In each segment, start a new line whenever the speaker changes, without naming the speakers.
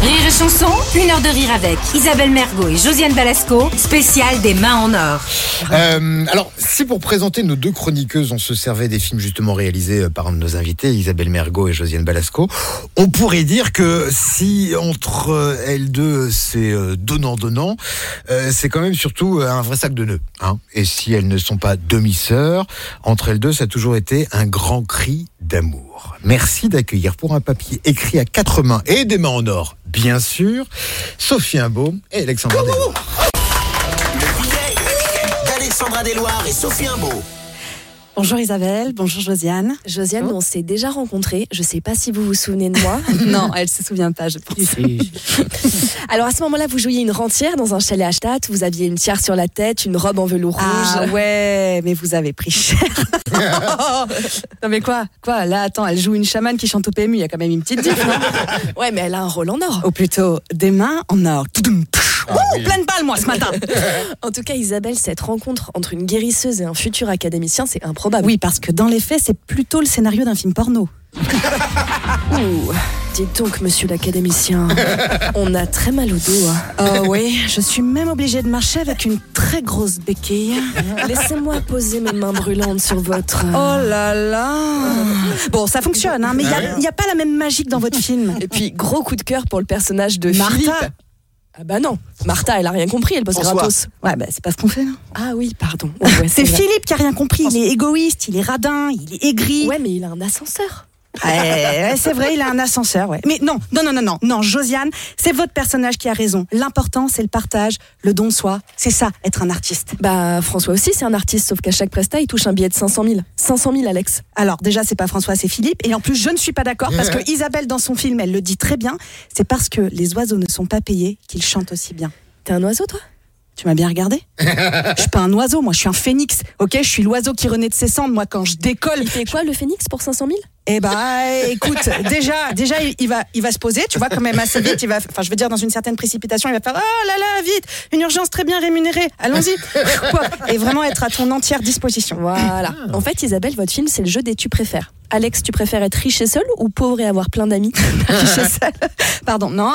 Rire et chanson, une heure de rire avec Isabelle Mergot et Josiane Balasco, spécial des mains en or.
Euh, alors, si pour présenter nos deux chroniqueuses, on se servait des films justement réalisés euh, par un de nos invités, Isabelle Mergot et Josiane Balasco, on pourrait dire que si entre euh, elles deux c'est euh, donnant-donnant, euh, c'est quand même surtout euh, un vrai sac de nœuds. hein. Et si elles ne sont pas demi-sœurs, entre elles deux, ça a toujours été un grand cri d'amour. Merci d'accueillir pour un papier écrit à quatre mains et des mains en or, bien sûr, Sophie Imbaum et Alexandre Desbois.
Le billet d'Alexandra Deloire et Sophie Imbeau.
Bonjour Isabelle, bonjour Josiane.
Josiane,
Bonjour.
on s'est déjà rencontrés. Je sais pas si vous vous souvenez de moi.
Non, elle se souvient pas, je pense.
Alors à ce moment-là, vous jouiez une rentière dans un chalet à Stadt. Vous aviez une tiare sur la tête, une robe en velours
Ah
rouge.
ouais, mais vous avez pris cher. non mais quoi Quoi Là, attends, elle joue une chamane qui chante au PMU, il y a quand même une petite diff, non
Ouais, mais elle a un rôle en or.
Ou plutôt, des mains en or. Toudoum, pff. Ouh, pleine balle moi ce matin
En tout cas, Isabelle, cette rencontre entre une guérisseuse et un futur académicien, c'est improbable.
Oui, parce que dans les faits, c'est plutôt le scénario d'un film porno.
Ouh. Dites donc, monsieur l'académicien, on a très mal au dos. hein.
Oh oui, je suis même obligée de marcher avec une très grosse béquille.
Laissez-moi poser mes mains brûlantes sur votre...
Oh là là Bon, ça fonctionne, hein, mais il n'y a, pas la même magie que dans votre film.
Et puis, gros coup de cœur pour le personnage de
Martha.
Philippe. Ah bah non, Martha, elle a rien compris, elle bosse
Bonsoir.
gratos.
Ouais, bah c'est pas ce qu'on fait. non
Ah oui, pardon. Ouais, ouais,
C'est
vrai.
Philippe qui a rien compris. Il est égoïste, il est radin, il est aigri.
Ouais, mais il a un ascenseur.
Ouais, ouais, c'est vrai, il a un ascenseur. Ouais. Mais non, non, non, non, non, non, Josiane, c'est votre personnage qui a raison. L'important, c'est le partage, le don de soi. C'est ça, être un artiste.
Bah, François aussi, c'est un artiste, sauf qu'à chaque presta, il touche un billet de 500 000. 500 000, Alex.
Alors déjà, c'est pas François, c'est Philippe. Et en plus, je ne suis pas d'accord parce que Isabelle, dans son film, elle le dit très bien. C'est parce que les oiseaux ne sont pas payés qu'ils chantent aussi bien.
T'es un oiseau, toi
Tu m'as bien regardé Je suis pas un oiseau, moi, je suis un phénix. Ok, je suis l'oiseau qui renaît de ses cendres. Moi, quand je décolle,
Il fait quoi, le phénix, pour 500 000
Eh bah, écoute, déjà, déjà, il- il va, il va se poser, tu vois, quand même assez vite. Il va, enfin, je veux dire, dans une certaine précipitation, il va faire, oh là là, vite, une urgence très bien rémunérée, allons-y. Quoi Et vraiment être à ton entière disposition.
Voilà. En fait, Isabelle, votre film, c'est le jeu des tu préfères. Alex, tu préfères être riche et seul ou pauvre et avoir plein d'amis
Je sais ça. Pardon, non,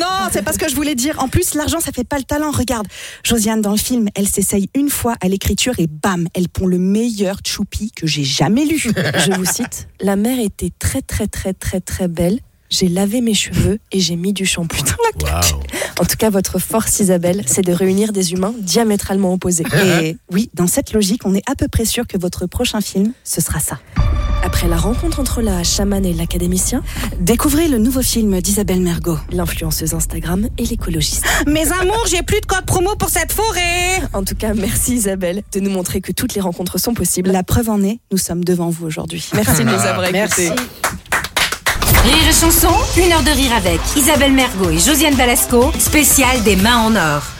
non, c'est pas ce que je voulais dire. En plus, l'argent, ça fait pas le talent. Regarde, Josiane dans le film, elle s'essaye une fois à l'écriture et bam, elle pond le meilleur choupi que j'ai jamais lu.
Je vous cite La mère était très, très, très, très, très belle. J'ai lavé mes cheveux et j'ai mis du shampoing. Putain, la claque. En tout cas, votre force, Isabelle, c'est de réunir des humains diamétralement opposés.
Et oui, dans cette logique, on est à peu près sûr que votre prochain film, ce sera ça.
Après la rencontre entre la chamane et l'académicien,
Découvrez le nouveau film d'Isabelle Mergot.
l'influenceuse Instagram et l'écologiste.
Mes amours, j'ai plus de code promo pour cette forêt.
En tout cas, merci Isabelle de nous montrer que toutes les rencontres sont possibles.
La preuve en est, nous sommes devant vous aujourd'hui.
Merci de nous avoir écoutés.
Rire et chanson, une heure de rire avec Isabelle Mergot et Josiane Balasco, spécial des mains en or.